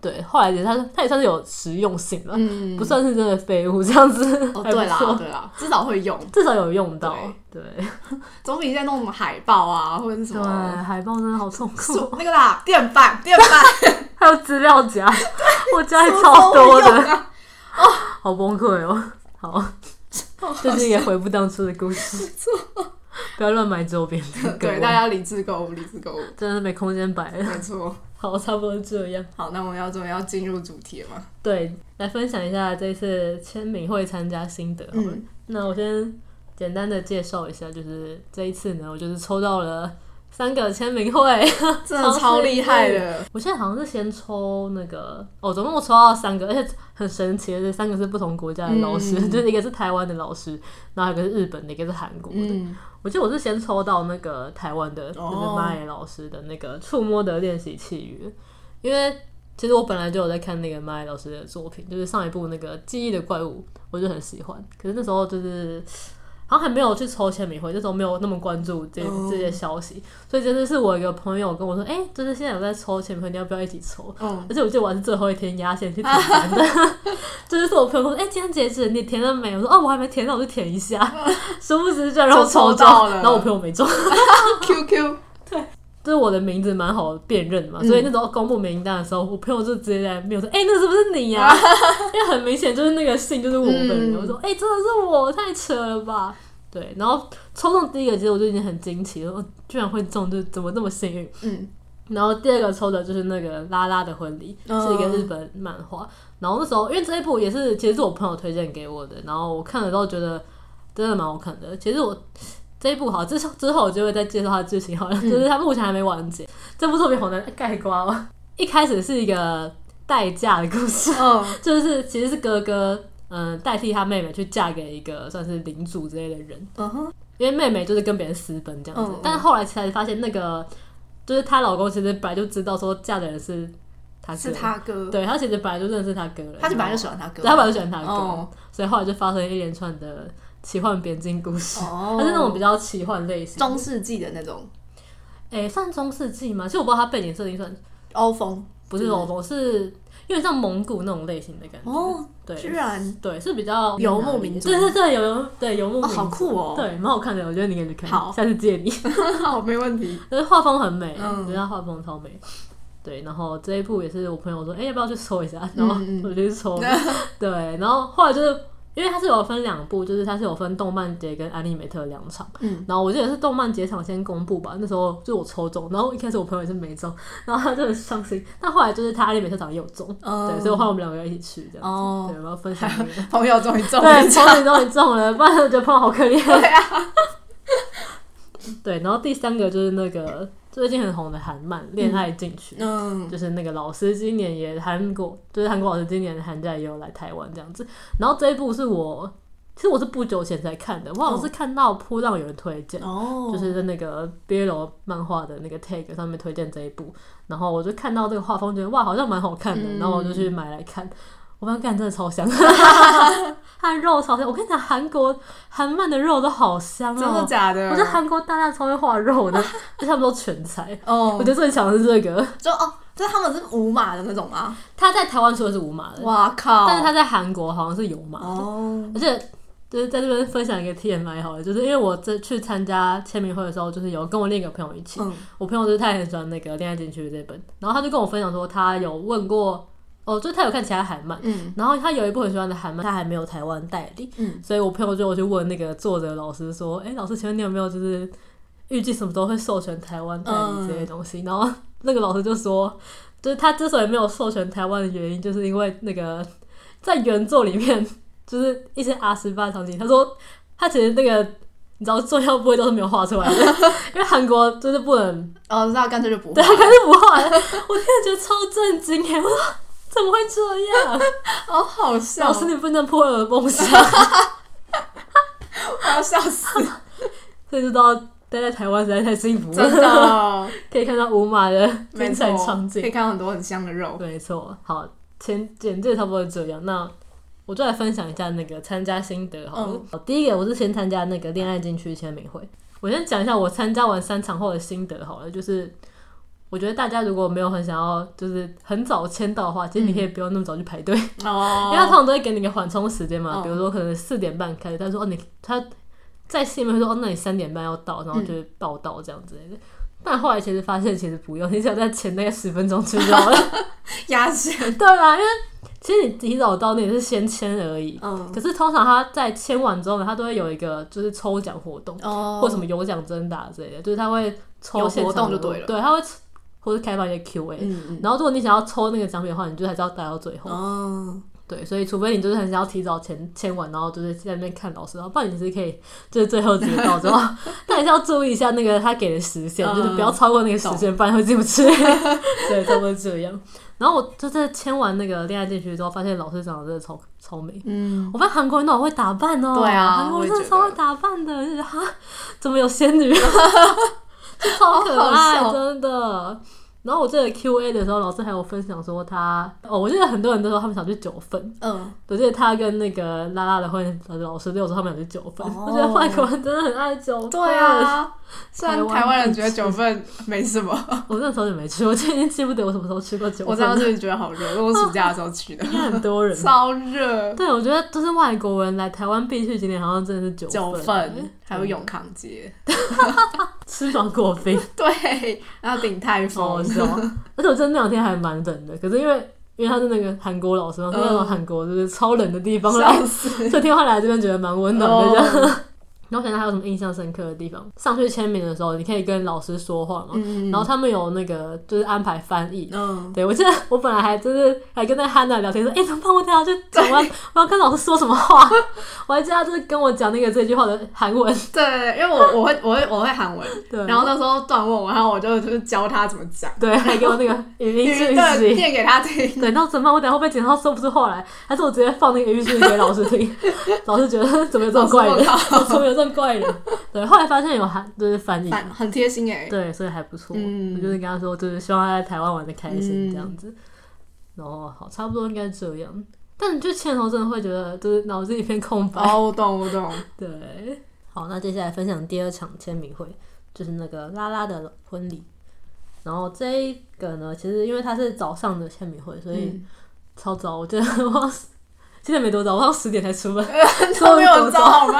[SPEAKER 1] 对，后来也它它也算是有实用性了，
[SPEAKER 2] 嗯
[SPEAKER 1] 不算是真的废物 这样子，
[SPEAKER 2] 哦，
[SPEAKER 1] 还不
[SPEAKER 2] 对啦，
[SPEAKER 1] 错，
[SPEAKER 2] 对啦，至少会用，
[SPEAKER 1] 至少有用到。对
[SPEAKER 2] 总比现在弄什么海报啊，或者是什
[SPEAKER 1] 对，
[SPEAKER 2] 么
[SPEAKER 1] 海报真的好痛苦，
[SPEAKER 2] 塑那个啦，电 板，电板，
[SPEAKER 1] 还有资料夹，我家里超多
[SPEAKER 2] 什么都会用
[SPEAKER 1] 的，
[SPEAKER 2] 啊
[SPEAKER 1] 好崩溃哦。好，这是一个回不当初的故 事，不要乱买周边，各
[SPEAKER 2] 对，
[SPEAKER 1] 位
[SPEAKER 2] 大家理智购物，理智购物，
[SPEAKER 1] 真的没空间摆了。
[SPEAKER 2] 没错。
[SPEAKER 1] 好，差不多这样。
[SPEAKER 2] 好，那我们要终于要进入主题了嘛？
[SPEAKER 1] 对，来分享一下这次签名会参加心得好了。
[SPEAKER 2] 嗯
[SPEAKER 1] 那我先简单的介绍一下，就是这一次呢，我就是抽到了三个签名会。
[SPEAKER 2] 真的超厉害的，
[SPEAKER 1] 我现在好像是先抽那个，哦，总共我抽到三个，而且很神奇的是，三个是不同国家的老师，
[SPEAKER 2] 嗯
[SPEAKER 1] 就是一个是台湾的老师，然后一个是日本的，一个是韩国的。
[SPEAKER 2] 嗯，
[SPEAKER 1] 我记得我是先抽到那个台湾的，就是
[SPEAKER 2] 哦
[SPEAKER 1] 马野老师的那个触摸的练习契约，因为其实我本来就有在看那个马野老师的作品，就是上一部那个《记忆的怪物》，我就很喜欢。可是那时候就是好像还没有去抽签名会，那时候没有那么关注这、
[SPEAKER 2] 哦
[SPEAKER 1] 这些消息，所以真的是我一个朋友跟我说，哎、就是现在有在抽签名会，你要不要一起抽？
[SPEAKER 2] 嗯，
[SPEAKER 1] 而且我记得我还是最后一天压线去填单 的，就是是我朋友说，哎、今天截止，你填了没？我说，哦，我还没填，那我就填一 下。殊不知，居然让我
[SPEAKER 2] 就抽
[SPEAKER 1] 抽
[SPEAKER 2] 到了
[SPEAKER 1] 然后我朋友没中，
[SPEAKER 2] QQ，
[SPEAKER 1] 就是我的名字蛮好辨认嘛，
[SPEAKER 2] 嗯
[SPEAKER 1] 所以那时候公布名单的时候，我朋友就直接在面说，哎、那是不是你呀、 因为很明显就是那个姓就是我本人。
[SPEAKER 2] 嗯
[SPEAKER 1] 我说，哎、真的是我，太扯了吧？对，然后抽中第一个，其实我就已经很惊奇了，我哦居然会中，就怎么这么幸运？
[SPEAKER 2] 嗯，
[SPEAKER 1] 然后第二个抽的就是那个拉拉的婚礼，
[SPEAKER 2] 嗯
[SPEAKER 1] 是一个日本漫画。然后那时候因为这一部也是其实是我朋友推荐给我的，然后我看了之后觉得真的蛮好看的。其实我这一部好之后之后我就会再介绍它的剧情好了，就是它目前还没完结。这部作品好难概括哦。一开始是一个代嫁的故事，
[SPEAKER 2] 嗯，
[SPEAKER 1] 就是其实是哥哥嗯代替他妹妹去嫁给一个算是领主之类的人，
[SPEAKER 2] 嗯哼，
[SPEAKER 1] 因为妹妹就是跟别人私奔这样子，
[SPEAKER 2] 嗯嗯
[SPEAKER 1] 但后来才发现那个就是她老公其实本来就知道说嫁的人是她哥，
[SPEAKER 2] 是他哥，
[SPEAKER 1] 对他其实本来就认识她哥了，
[SPEAKER 2] 他就本来就
[SPEAKER 1] 喜
[SPEAKER 2] 喜欢他哥，
[SPEAKER 1] 对他本来就喜欢她哥，
[SPEAKER 2] 哦
[SPEAKER 1] 所以后来就发生一连串的奇幻边境故事，
[SPEAKER 2] 哦，
[SPEAKER 1] 它是那种比较奇幻类型的，
[SPEAKER 2] 中世纪的那种
[SPEAKER 1] 诶、算中世纪吗？其实我不知道它背景设定算
[SPEAKER 2] 欧风，
[SPEAKER 1] 不是欧洲，是有点像蒙古那种类型的感觉，
[SPEAKER 2] 哦，
[SPEAKER 1] 对，
[SPEAKER 2] 居然
[SPEAKER 1] 对，是比较
[SPEAKER 2] 游牧民族
[SPEAKER 1] 对对对，游游对游牧
[SPEAKER 2] 哦
[SPEAKER 1] 民族、
[SPEAKER 2] 好酷哦
[SPEAKER 1] 对，蛮好看的，我觉得你可以去看，
[SPEAKER 2] 好
[SPEAKER 1] 下次借你。
[SPEAKER 2] 好，没问题，
[SPEAKER 1] 就是画风很美，
[SPEAKER 2] 嗯
[SPEAKER 1] 我觉得他画风超美。对，然后这一部也是我朋友说，哎、要不要去抽一下？然后
[SPEAKER 2] 嗯嗯
[SPEAKER 1] 我就去 抽。对，然后后来就是因为它是有分两部，就是它是有分动漫节跟安利美特两场。
[SPEAKER 2] 嗯，
[SPEAKER 1] 然后我记得是动漫节场先公布吧，那时候就我抽中，然后一开始我朋友也是没中， 然后他就很伤心。但后来就是他安利美特场也有中，
[SPEAKER 2] 嗯
[SPEAKER 1] 对，所以后来我们两个一起去这样子。
[SPEAKER 2] 哦
[SPEAKER 1] 对，我要分享那个。
[SPEAKER 2] 朋友终于 中了
[SPEAKER 1] 对，
[SPEAKER 2] 一
[SPEAKER 1] 抽
[SPEAKER 2] 枪，
[SPEAKER 1] 你中你中 了，不然我觉得朋友好可怜。
[SPEAKER 2] 对啊，
[SPEAKER 1] 对，然后第三个就是那个最近很红的韩漫《恋爱禁区》
[SPEAKER 2] 嗯，
[SPEAKER 1] 就是那个老师今年也韩国，就是韩国老师今年寒假也有来台湾这样子。然后这一部是我，其实我是不久前才看的，我好像是看到扑浪有人推荐。
[SPEAKER 2] 哦，
[SPEAKER 1] 就是在那个 BL 漫画的那个 tag 上面推荐这一部，然后我就看到这个画风，觉得哇，好像蛮好看的，
[SPEAKER 2] 嗯
[SPEAKER 1] 然后我就去买来看。我发现干真的超香， 它的肉超香。我跟你讲，韩国韩漫的肉都好香哦、
[SPEAKER 2] 真的假
[SPEAKER 1] 我觉得
[SPEAKER 2] 的？
[SPEAKER 1] 韩国大家超会画肉 的，而且他们都全才。我
[SPEAKER 2] 哦
[SPEAKER 1] 觉，得最强的是这个，
[SPEAKER 2] 就哦，就是他们是无码的那种吗？
[SPEAKER 1] 他在台湾说的是无码的，
[SPEAKER 2] 哇靠！
[SPEAKER 1] 但是他在韩国好像是有码的。
[SPEAKER 2] 哦，
[SPEAKER 1] 而且就是在这边分享一个 TMI 好了，就是因为我这去参加签名会的时候，就是有跟我另一个朋友一起，
[SPEAKER 2] 嗯
[SPEAKER 1] 我朋友就是他也很喜欢那个《恋爱禁区》这本，然后他就跟我分享说，他有问过，哦，就是他有看其他韩漫，
[SPEAKER 2] 嗯
[SPEAKER 1] 然后他有一部很喜欢的韩漫，他还没有台湾代理，
[SPEAKER 2] 嗯，
[SPEAKER 1] 所以我朋友就有去问那个作者老师说：“哎、老师，请问你有没有就是预计什么时候会授权台湾代理这些东西？”然后那个老师就说：“就是他之所以没有授权台湾的原因，就是因为那个在原作里面就是一些 R 十八场景，他说他其实那个你知道重要部位都是没有画出来的， 因为韩国就是不能，
[SPEAKER 2] 哦，那干脆就不
[SPEAKER 1] 对，
[SPEAKER 2] 画，
[SPEAKER 1] 他是不画的。 我真的觉得超震惊哎，我说怎么会这样？
[SPEAKER 2] 好哦好笑
[SPEAKER 1] 老，师，你不能破坏
[SPEAKER 2] 啊
[SPEAKER 1] 我的梦想。”
[SPEAKER 2] 我要笑死。
[SPEAKER 1] 所以就到待在台湾实在太幸福
[SPEAKER 2] 真
[SPEAKER 1] 了，
[SPEAKER 2] 的， 哦
[SPEAKER 1] 可以看到五马的
[SPEAKER 2] 没
[SPEAKER 1] 精
[SPEAKER 2] 错
[SPEAKER 1] 彩场，
[SPEAKER 2] 可以
[SPEAKER 1] 景。
[SPEAKER 2] 看到很多很香的肉。
[SPEAKER 1] 没错，好，前简介差不多这样。那我就来分享一下那个参加心得好
[SPEAKER 2] 嗯
[SPEAKER 1] 了。好第一个我是先参加那个恋爱禁区签名会，我先讲一下我参加完三场后的心得好了，就是。我觉得大家如果没有很想要，就是很早签到的话，其实你可
[SPEAKER 2] 嗯
[SPEAKER 1] 以不用那么早去排队，因为他通
[SPEAKER 2] 哦，
[SPEAKER 1] 常都会给你一个缓冲时间嘛，
[SPEAKER 2] 嗯
[SPEAKER 1] 比如说可能四点半开始，他说哦你他在信里面会说哦那你三点半要到，然后就报到这样之类的。但后来其实发现其实不用，你只要在前那个十分钟就好 了。
[SPEAKER 2] 压线，
[SPEAKER 1] 对啦，因为其实你提早到那也是先签而已。
[SPEAKER 2] 嗯，
[SPEAKER 1] 可是通常他在签完之后呢，他都会有一个就是抽奖活动，
[SPEAKER 2] 哦
[SPEAKER 1] 或什么有奖征答之类的，就是他会抽
[SPEAKER 2] 有
[SPEAKER 1] 现
[SPEAKER 2] 活
[SPEAKER 1] 场
[SPEAKER 2] 动就
[SPEAKER 1] 的
[SPEAKER 2] 对了
[SPEAKER 1] 对，他会或者开放一些 Q&A，、
[SPEAKER 2] 嗯嗯，
[SPEAKER 1] 然后如果你想要抽那个奖品的话，你就还是要待到最后。
[SPEAKER 2] 哦，
[SPEAKER 1] 对，所以除非你就是很想要提早签签完，然后就是在那边看老师，然后不然你是可以就是最后截到之 后，但还是要注意一下那个他给的时限，
[SPEAKER 2] 嗯
[SPEAKER 1] 就是不要超过那个时限，不然会进不 去。对，差不多这样。然后我就是签完那个恋爱禁区之后，发现老师长得真的超超美。
[SPEAKER 2] 嗯，
[SPEAKER 1] 我发现韩国人都好会打扮哦，
[SPEAKER 2] 对啊
[SPEAKER 1] 韩国人真
[SPEAKER 2] 我也
[SPEAKER 1] 的
[SPEAKER 2] 觉得
[SPEAKER 1] 超会打扮的，就是哈，怎么有仙女？ 超可
[SPEAKER 2] 好好
[SPEAKER 1] 爱，
[SPEAKER 2] 笑
[SPEAKER 1] 真的。然后我记得 Q A 的时候，老师还有分享说他哦，我记得很多人都说他们想去九份，
[SPEAKER 2] 嗯，
[SPEAKER 1] 我记得他跟那个拉拉的婚老师六说他们俩去九份，
[SPEAKER 2] 哦
[SPEAKER 1] 我觉得外国人真的很爱九份。
[SPEAKER 2] 对，啊，虽然
[SPEAKER 1] 台湾
[SPEAKER 2] 台湾人
[SPEAKER 1] 地
[SPEAKER 2] 觉得
[SPEAKER 1] 区
[SPEAKER 2] 九份没什么，
[SPEAKER 1] 我那时候也没去，我就已经记不得我什么时候去过九
[SPEAKER 2] 我
[SPEAKER 1] 份
[SPEAKER 2] 当
[SPEAKER 1] 了。
[SPEAKER 2] 时觉得好热，因为我暑假的时候 去的，
[SPEAKER 1] 应该很多人吧。
[SPEAKER 2] 超热，
[SPEAKER 1] 对，我觉得就是外国人来台湾必去景点，好像真的是九
[SPEAKER 2] 九
[SPEAKER 1] 份
[SPEAKER 2] 份，嗯还有永康街，
[SPEAKER 1] 吃芒果冰，
[SPEAKER 2] 对，然后顶泰
[SPEAKER 1] 好好
[SPEAKER 2] 丰，
[SPEAKER 1] 笑。而且我真的那两天还蛮冷的，可是因为因为他是那个韩国老师嘛，
[SPEAKER 2] 嗯
[SPEAKER 1] 他是那种韩国就是超冷的地方来
[SPEAKER 2] 笑死，
[SPEAKER 1] 这天换来这边觉得蛮温暖的这样。
[SPEAKER 2] 哦
[SPEAKER 1] 然后想想还有什么印象深刻的地方？上去签名的时候，你可以跟老师说话嘛，
[SPEAKER 2] 嗯
[SPEAKER 1] 然后他们有那个就是安排翻译。
[SPEAKER 2] 嗯，
[SPEAKER 1] 对，我记得我本来还就是还跟那 Hannah 聊天说，哎、怎么办？我等下去讲完，我要跟老师说什么话？ 我还记得他就是跟我讲那个这句话的韩文。
[SPEAKER 2] 对，因为我我会我会我会韩文，
[SPEAKER 1] 对，
[SPEAKER 2] 然后那时候段问我，然后我就就是教他怎么讲，
[SPEAKER 1] 对，还给我那个语音讯
[SPEAKER 2] 对，
[SPEAKER 1] 息。
[SPEAKER 2] 念给他听，
[SPEAKER 1] 对，那怎么办？我等下会不会剪到说不出话来？还是我直接放那个语音讯息给老师 听？老师觉得怎么有 这种怪人？ 怎么有这种怪人？对，后来发现有韩就是翻译，
[SPEAKER 2] 反很贴心哎，
[SPEAKER 1] 嗯对，所以还不错。
[SPEAKER 2] 嗯
[SPEAKER 1] 我就是跟他说，就是希望他在台湾玩的开心
[SPEAKER 2] 嗯
[SPEAKER 1] 这样子。然后好，差不多应该这样。但你就牵头真的会觉得就是脑子一片空白。
[SPEAKER 2] 哦，我懂我懂，
[SPEAKER 1] 对，好，那接下来分享第二场签名会，就是那个拉拉的婚礼。然后这一个呢，其实因为它是早上的签名会，所以
[SPEAKER 2] 嗯
[SPEAKER 1] 超早，我觉得我好像现在没多早，我好像十点才出门，
[SPEAKER 2] 都没有招好吗？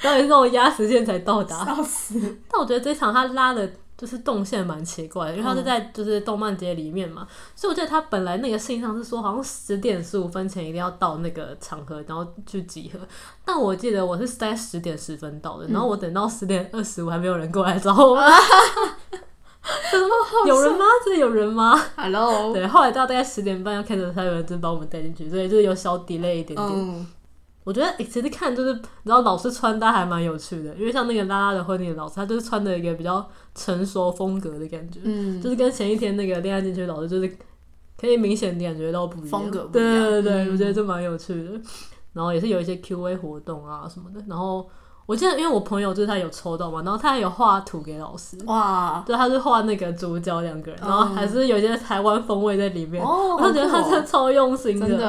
[SPEAKER 1] 然后也是我压时间才 到达。
[SPEAKER 2] 笑死，
[SPEAKER 1] 但我觉得这场他拉的就是动线蛮奇怪的，因为他是在就是动漫节里面嘛，所以我觉得他本来那个信上是说好像十点十五分前一定要到那个场合，然后去集合。但我记得我是在十点十分到的，然后我等到十点二十五还没有人过来找我，有人吗？这有人吗？
[SPEAKER 2] ，Hello，
[SPEAKER 1] 对，后来到大概十点半要开始才有人真把我们带进去，所以就是有小 delay 一点点。
[SPEAKER 2] 嗯，
[SPEAKER 1] 我觉得、欸、其实看就是，你知道老师穿搭还蛮有趣的，因为像那个拉拉的婚礼老师，他就是穿的一个比较成熟风格的感觉，
[SPEAKER 2] 嗯，
[SPEAKER 1] 就是跟前一天那个恋爱进去老师就是可以明显感觉到不一样，
[SPEAKER 2] 风格不一
[SPEAKER 1] 对
[SPEAKER 2] 样
[SPEAKER 1] 对对，
[SPEAKER 2] 嗯
[SPEAKER 1] 我觉得这蛮有趣的。然后也是有一些 Q&A 活动啊什么的，然后我记得因为我朋友就是他有抽到嘛，然后他还有画图给老师。
[SPEAKER 2] 哦哇，
[SPEAKER 1] 对，他是画那个主角两个人，
[SPEAKER 2] 嗯
[SPEAKER 1] 然后还是有一些台湾风味在里面，
[SPEAKER 2] 哦
[SPEAKER 1] 我就觉得他
[SPEAKER 2] 好酷哦
[SPEAKER 1] 真的超用心
[SPEAKER 2] 真的，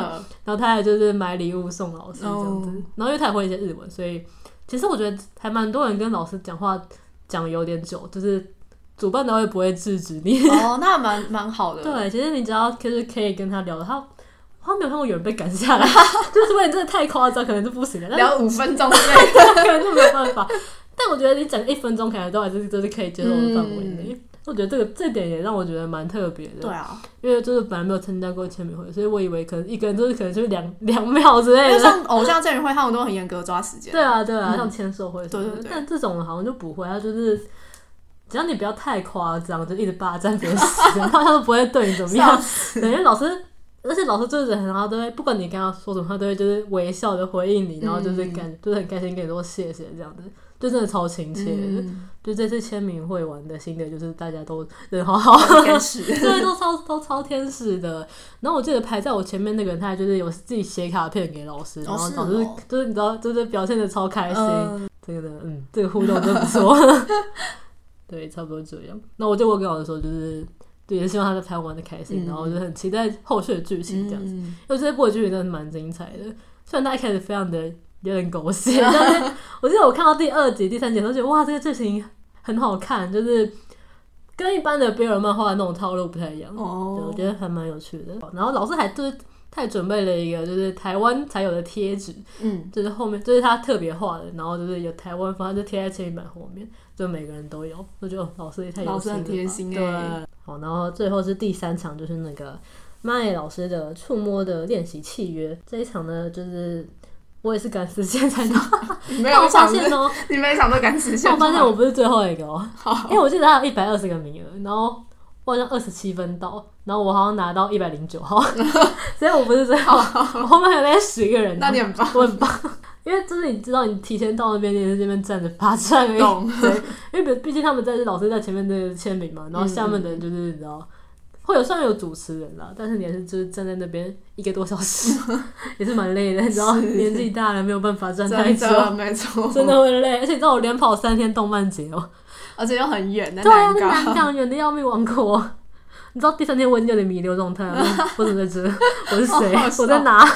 [SPEAKER 1] 然后他还就是买礼物送老师这样子。
[SPEAKER 2] 哦
[SPEAKER 1] 然后因为他也会一些日文，所以其实我觉得还蛮多人跟老师讲话讲有点久，就是主办单位不会制止 你。
[SPEAKER 2] 哦，那蛮蛮好的，
[SPEAKER 1] 对，其实你只要就是可以跟他聊，他他没有看过有人被赶下 来，就是如果你真的太夸张，可能就不行了，但是
[SPEAKER 2] 聊五 分钟之内，
[SPEAKER 1] 可能就没有办法。但我觉得你讲一分钟，可能都还是就是可以接受的范围内。我觉得这个这点也让我觉得蛮特别的，
[SPEAKER 2] 嗯对啊，
[SPEAKER 1] 因为就是本来没有参加过签名会，所以我以为可能一个人就是可能就是两两秒之
[SPEAKER 2] 因
[SPEAKER 1] 类
[SPEAKER 2] 为
[SPEAKER 1] 的。
[SPEAKER 2] 像偶像证人会，他们都很严格抓时间，
[SPEAKER 1] 对啊，对啊，
[SPEAKER 2] 嗯
[SPEAKER 1] 像签售会什么的，
[SPEAKER 2] 对对对
[SPEAKER 1] 但这种好像就不会，他就是只要你不要太夸张，就一直霸占别人时 间，他他都不会对你怎么
[SPEAKER 2] 笑
[SPEAKER 1] 样。
[SPEAKER 2] 死，
[SPEAKER 1] 对，因为老师，而且老师就是人很好，都会不管你跟他说什么，他都会就是微笑的回应你，然后就是
[SPEAKER 2] 嗯
[SPEAKER 1] 感、就是很开心跟你说谢谢这样子，就真的超亲切的。
[SPEAKER 2] 嗯，
[SPEAKER 1] 就这次签名会玩的心得就是大家都人 好好，
[SPEAKER 2] 天使，
[SPEAKER 1] 哦 对，都超都超天使的。然后我记得排在我前面那个人，他就是有自己写卡片给老师，
[SPEAKER 2] 哦
[SPEAKER 1] 然后
[SPEAKER 2] 是
[SPEAKER 1] 老师
[SPEAKER 2] 哦
[SPEAKER 1] 就是你知道，就是表现的超开心。
[SPEAKER 2] 嗯
[SPEAKER 1] 整这个呢，嗯，这个互动真不错。 对，差不多这样。那我就我跟老师说，就是对，也希望他在台湾玩的开心，
[SPEAKER 2] 嗯
[SPEAKER 1] 然后我就很期待后续的剧情这样子。
[SPEAKER 2] 嗯，
[SPEAKER 1] 因为这部的剧情真的是蛮精彩的，虽然它一开始非常的有点狗 血，但是我记得我看到第二集、第三集的时候，觉得哇，这个剧情很好看，就是跟一般的 BL 漫画的那种套路不太一样。嗯对，我
[SPEAKER 2] 哦，
[SPEAKER 1] 觉得还蛮有趣的。然后老师还就是还准备了一个就是台湾才有的贴纸，
[SPEAKER 2] 嗯，
[SPEAKER 1] 就是后面就是他特别画的，然后就是有台湾方，就贴在铅笔板后面，就每个人都有，我觉得哦老师也太有
[SPEAKER 2] 老师
[SPEAKER 1] 心了
[SPEAKER 2] 很贴心
[SPEAKER 1] 吧
[SPEAKER 2] 欸
[SPEAKER 1] 对，啊好，然后最后是第三场，就是那个麦老师的触摸的练习契约这一场呢，就是我也是赶时间 才到，
[SPEAKER 2] 你没
[SPEAKER 1] 但
[SPEAKER 2] 有
[SPEAKER 1] 我发
[SPEAKER 2] 想
[SPEAKER 1] 现
[SPEAKER 2] 过，
[SPEAKER 1] 哦、
[SPEAKER 2] 你没想到敢实现
[SPEAKER 1] 但
[SPEAKER 2] 吗，
[SPEAKER 1] 我发现我不是最后一个哦、
[SPEAKER 2] 好
[SPEAKER 1] 因为我记得他有一百二十个名额，然后我好像二十七分到，然后我好像拿到一百零九 号，所以我不是最后，我后面还有大概十一个人呢，
[SPEAKER 2] 那你很棒，
[SPEAKER 1] 我很棒。 因为就是你知道，你提前到那边，你也是这边站着罚站而已。
[SPEAKER 2] 懂
[SPEAKER 1] 对，因为毕毕竟他们在老师在前面的签名嘛，然后下面的人
[SPEAKER 2] 嗯
[SPEAKER 1] 就是你知道，会有虽然有主持人啦，但是你还是就是站在那边一个多小 时，也是蛮累的。你知道，年纪大了没有办法站太
[SPEAKER 2] 真
[SPEAKER 1] 久，
[SPEAKER 2] 的没 错，
[SPEAKER 1] 真的，会累。而且你知道我连跑三天动漫节哦、
[SPEAKER 2] 而且又很远，在
[SPEAKER 1] 对啊，
[SPEAKER 2] 南
[SPEAKER 1] 那南
[SPEAKER 2] 港，
[SPEAKER 1] 港远的要命，王国。 你知道第三天我已经有点弥留状态 了，我怎么在这？我是谁
[SPEAKER 2] 好好？笑
[SPEAKER 1] 我在哪？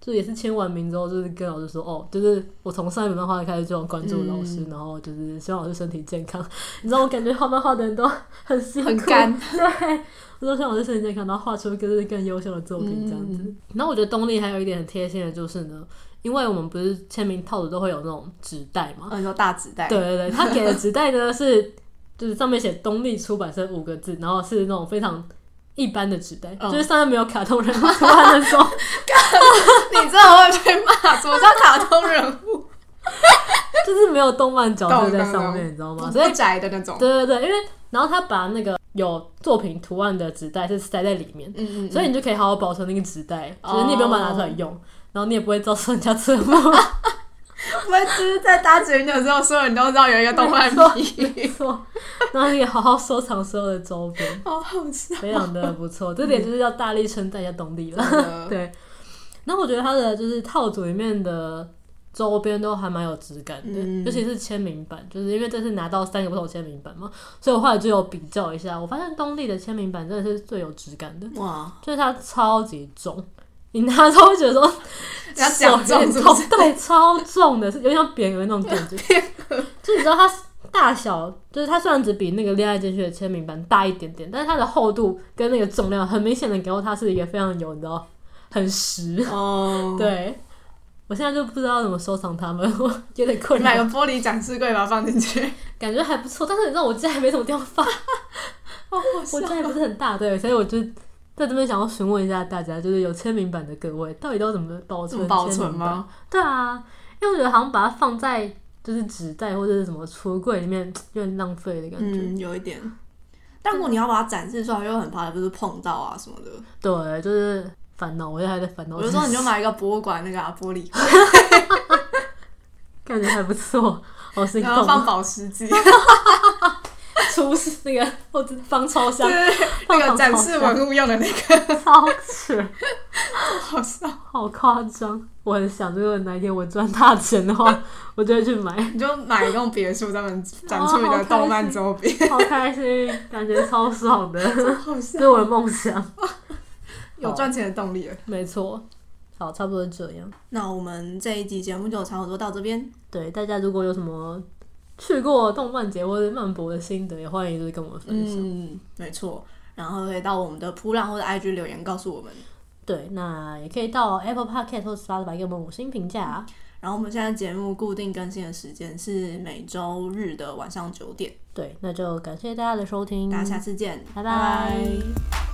[SPEAKER 1] 就也是签完名之后，就是跟老师说，哦，就是我从上一本漫画开始就有关注老
[SPEAKER 2] 嗯
[SPEAKER 1] 师，然后就是希望老师身体健康。你知道我感觉画漫画的人都很辛苦，
[SPEAKER 2] 很干，
[SPEAKER 1] 对，我都希望我的身体健康，然后画出更更优秀的作品这样子。
[SPEAKER 2] 嗯
[SPEAKER 1] 然后我觉得东立还有一点很贴心的就是呢，因为我们不是签名套子都会有那种纸袋嘛，
[SPEAKER 2] 很多哦大纸袋，
[SPEAKER 1] 对对对，他给的纸袋呢是 就是上面写“东立出版社”五个字，然后是那种非常一般的纸袋，
[SPEAKER 2] 嗯
[SPEAKER 1] 就是上面没有卡通人物图案那种。
[SPEAKER 2] 你真的会被骂，什么叫卡通人 物？
[SPEAKER 1] 就是没有动漫角色在
[SPEAKER 2] 懂
[SPEAKER 1] 上
[SPEAKER 2] 懂懂
[SPEAKER 1] 面，你知道吗？所以
[SPEAKER 2] 不宅的那种，
[SPEAKER 1] 对对对，因为然后他把那个有作品图案的纸袋是塞在里面，
[SPEAKER 2] 嗯嗯，
[SPEAKER 1] 所
[SPEAKER 2] 以
[SPEAKER 1] 以你就可以好好保存那个纸袋，
[SPEAKER 2] 哦
[SPEAKER 1] 就是你也不用把它拿出来用，然后你也不会遭受人家侧目。
[SPEAKER 2] 不会就是在搭捷运的时候，所有人都知道有一个动漫
[SPEAKER 1] 没
[SPEAKER 2] 迷，
[SPEAKER 1] 错，然后你也好好收藏所有的周边，
[SPEAKER 2] 好好笑，
[SPEAKER 1] 非常的不错。这点就是要大力称赞一下东立了。
[SPEAKER 2] 对，
[SPEAKER 1] 对，那我觉得它的就是套组里面的周边都还蛮有质感的，
[SPEAKER 2] 嗯
[SPEAKER 1] 尤其是签名版，就是因为这次拿到三个不同签名版嘛，所以我后来就有比较一下，我发现东立的签名版真的是最有质感的，
[SPEAKER 2] 哇，
[SPEAKER 1] 就是它超级重。你拿着会觉得说
[SPEAKER 2] 你要讲
[SPEAKER 1] 手有
[SPEAKER 2] 重
[SPEAKER 1] 点
[SPEAKER 2] 是
[SPEAKER 1] 痛
[SPEAKER 2] 不是？
[SPEAKER 1] 对，超重的，是有点像匾额那种感 觉。就你知道它大小，就是它虽然只比那个《恋爱间隙》的签名版大一点点，但是它的厚度跟那个重量，很明显的给我它是一个非常有，你知道，很实。
[SPEAKER 2] 哦，
[SPEAKER 1] 对，我现在就不知道怎么收藏它们，我有点困
[SPEAKER 2] 你买
[SPEAKER 1] 扰
[SPEAKER 2] 个。玻璃展示柜把它放进 去，
[SPEAKER 1] 感觉还不错，但是你知道我家也没什么地方放，
[SPEAKER 2] 好哦好
[SPEAKER 1] 我家也不是很大，对，所以我就在这边想要询问一下大家，就是有签名版的各位，到底都怎么保
[SPEAKER 2] 这
[SPEAKER 1] 存
[SPEAKER 2] 么保
[SPEAKER 1] 签
[SPEAKER 2] 存
[SPEAKER 1] 名版？
[SPEAKER 2] 吗？
[SPEAKER 1] 对啊，因为我觉得好像把它放在就是纸袋或者是什么橱柜里面，有点浪费的感觉。
[SPEAKER 2] 嗯，有一点。但如果你要把它展示出来，又很怕就是碰到啊什么的。
[SPEAKER 1] 对，就是烦恼，我现在还在烦恼。
[SPEAKER 2] 我就说你就买一个博物馆那个、啊、玻璃，
[SPEAKER 1] 感觉还不 错，哦好心
[SPEAKER 2] 然后
[SPEAKER 1] 动，
[SPEAKER 2] 放保时 捷，
[SPEAKER 1] 出是那个或者放超箱，放
[SPEAKER 2] 那个展
[SPEAKER 1] 超
[SPEAKER 2] 示
[SPEAKER 1] 箱
[SPEAKER 2] 文物用的那个，
[SPEAKER 1] 超扯。
[SPEAKER 2] 好笑。
[SPEAKER 1] 好夸张！我很想，如果哪一天我赚大钱的 话，我就会去买，
[SPEAKER 2] 你就买那种别墅，专门展出你
[SPEAKER 1] 哦好开
[SPEAKER 2] 的
[SPEAKER 1] 心
[SPEAKER 2] 动漫周 边，
[SPEAKER 1] 好开心，感觉超爽的，
[SPEAKER 2] 好笑
[SPEAKER 1] 这，是我的梦想。
[SPEAKER 2] 有赚钱的动力了。
[SPEAKER 1] 没错，好，差不多这样。
[SPEAKER 2] 那我们这一集节目就差不多到这边，
[SPEAKER 1] 对大家，如果有什么去过动漫节或者漫博的心得，也欢迎就是跟我们分享。
[SPEAKER 2] 嗯，没错。然后可以到我们的扑浪或者 IG 留言告诉我们。
[SPEAKER 1] 对，那也可以到 Apple Podcast 或 Spotify 给我们五星评价。
[SPEAKER 2] 然后我们现在节目固定更新的时间是每周日的晚上九点，
[SPEAKER 1] 对，那就感谢大家的收听，
[SPEAKER 2] 大家下次见，
[SPEAKER 1] 拜拜